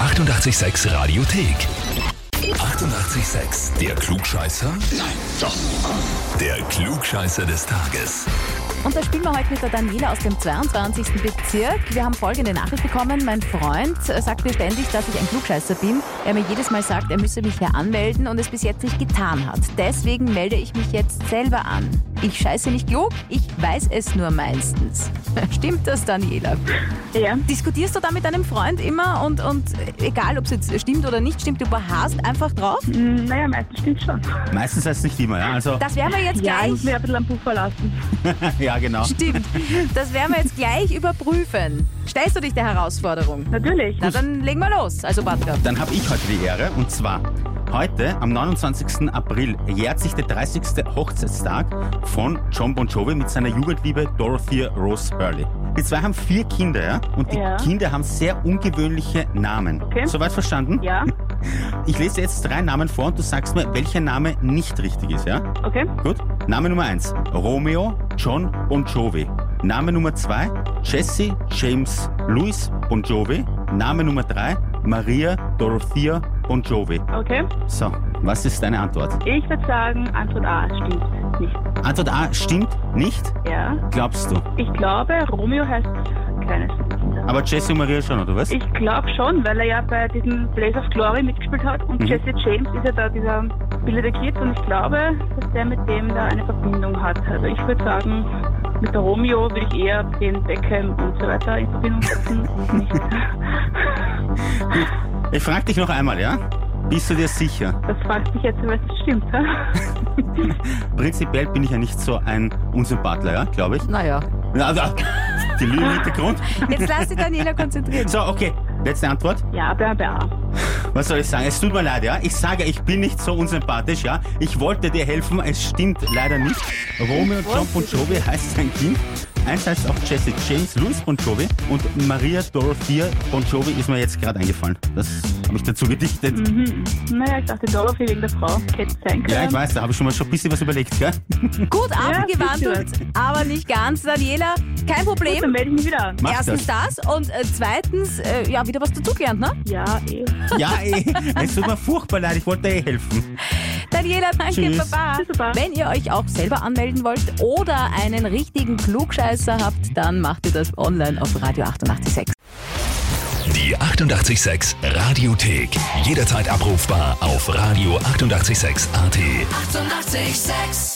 886 Radiothek. 88,6. Der Klugscheißer? Nein, doch. Der Klugscheißer des Tages. Und da spielen wir heute mit der Daniela aus dem 22. Bezirk. Wir haben folgende Nachricht bekommen. Mein Freund äh, sagt mir ständig, dass ich ein Klugscheißer bin. Er mir jedes Mal sagt, er müsse mich hier anmelden und es bis jetzt nicht getan hat. Deswegen melde ich mich jetzt selber an. Ich scheiße nicht klug, ich weiß es nur meistens. Stimmt das, Daniela? Ja, Diskutierst du da mit deinem Freund immer und, und egal, ob es jetzt stimmt oder nicht stimmt, du beharrst einfach drauf? Hm, naja, meistens stimmt schon. Meistens heißt es nicht immer, ja. Also, Das werden wir jetzt Ja, ich gleich. muss mir ein bisschen am Buch verlassen. ja, genau. Stimmt. Das werden wir jetzt gleich überprüfen. Stellst du dich der Herausforderung? Natürlich. Na, dann legen wir los. Also, Batka. Dann habe ich heute die Ehre und zwar heute am 29. April jährt sich der 30. Hochzeitstag von John Bon Jovi mit seiner Jugendliebe Dorothea Rose Hurley. Die zwei haben vier Kinder, ja? Und die Ja. Kinder haben sehr ungewöhnliche Namen. Okay. Soweit verstanden? Ja, Ich lese jetzt drei Namen vor und du sagst mir, welcher Name nicht richtig ist, ja? okay. Gut. Name Nummer eins: Romeo John Bon Jovi. Name Nummer zwei: Jesse James Louis Bon Jovi. Name Nummer drei: Maria Dorothea Bon Jovi. Okay. So, was ist deine Antwort? Ich würde sagen, Antwort A stimmt nicht. Antwort A stimmt nicht, Ja. glaubst du. Ich glaube, Romeo heißt kleines. Aber Jesse und Maria schon, oder was? Ich glaube schon, weil er ja bei diesem Blaze of Glory mitgespielt hat und Mhm. Jesse James ist ja da dieser Bilder der Kids und ich glaube, dass der mit dem da eine Verbindung hat. Also ich würde sagen, mit der Romeo würde ich eher den Beckham und so weiter in Verbindung setzen und nicht. Ich frage dich noch einmal, ja? Bist du dir sicher? Das fragt mich jetzt, was das stimmt. hä? Prinzipiell bin ich ja nicht so ein Unsympathler, ja? Glaube ich. Naja. Na, na, Die Lüge im Hintergrund. Jetzt lass dich Daniela konzentrieren. So, okay. Letzte Antwort. Ja, bei bei A. Was soll ich sagen? Es tut mir leid, ja. Ich sage, ich bin nicht so unsympathisch, ja. Ich wollte dir helfen, es stimmt leider nicht. Romeo John Bon Jovi heißt sein Kind. Eins heißt auch Jesse James Louis Bon Jovi und Maria Dorothea Bon Jovi ist mir jetzt gerade eingefallen. Das habe ich dazu gedichtet. Naja, ich dachte Dorothy wegen der Frau. Hätte sein können. Ja, ich weiß, da habe ich schon mal schon ein bisschen was überlegt, gell? Gut abgewandelt, bitte. aber nicht ganz. Daniela, kein Gut, dann Problem. melde ich mich wieder an. Mach Erstens das. das und äh, zweitens, äh, ja, wieder was dazugelernt, ne? Ja, eh. Ja, ey, es tut mir furchtbar leid, ich wollte eh helfen. Daniela, danke, Tschüss. Baba. Tschüss, Baba. Wenn ihr euch auch selber anmelden wollt oder einen richtigen Klugscheißer habt, dann macht ihr das online auf Radio 886. Die 88,6 Radiothek. Jederzeit abrufbar auf radio886.at. 88,6. Eighty-eight, sex.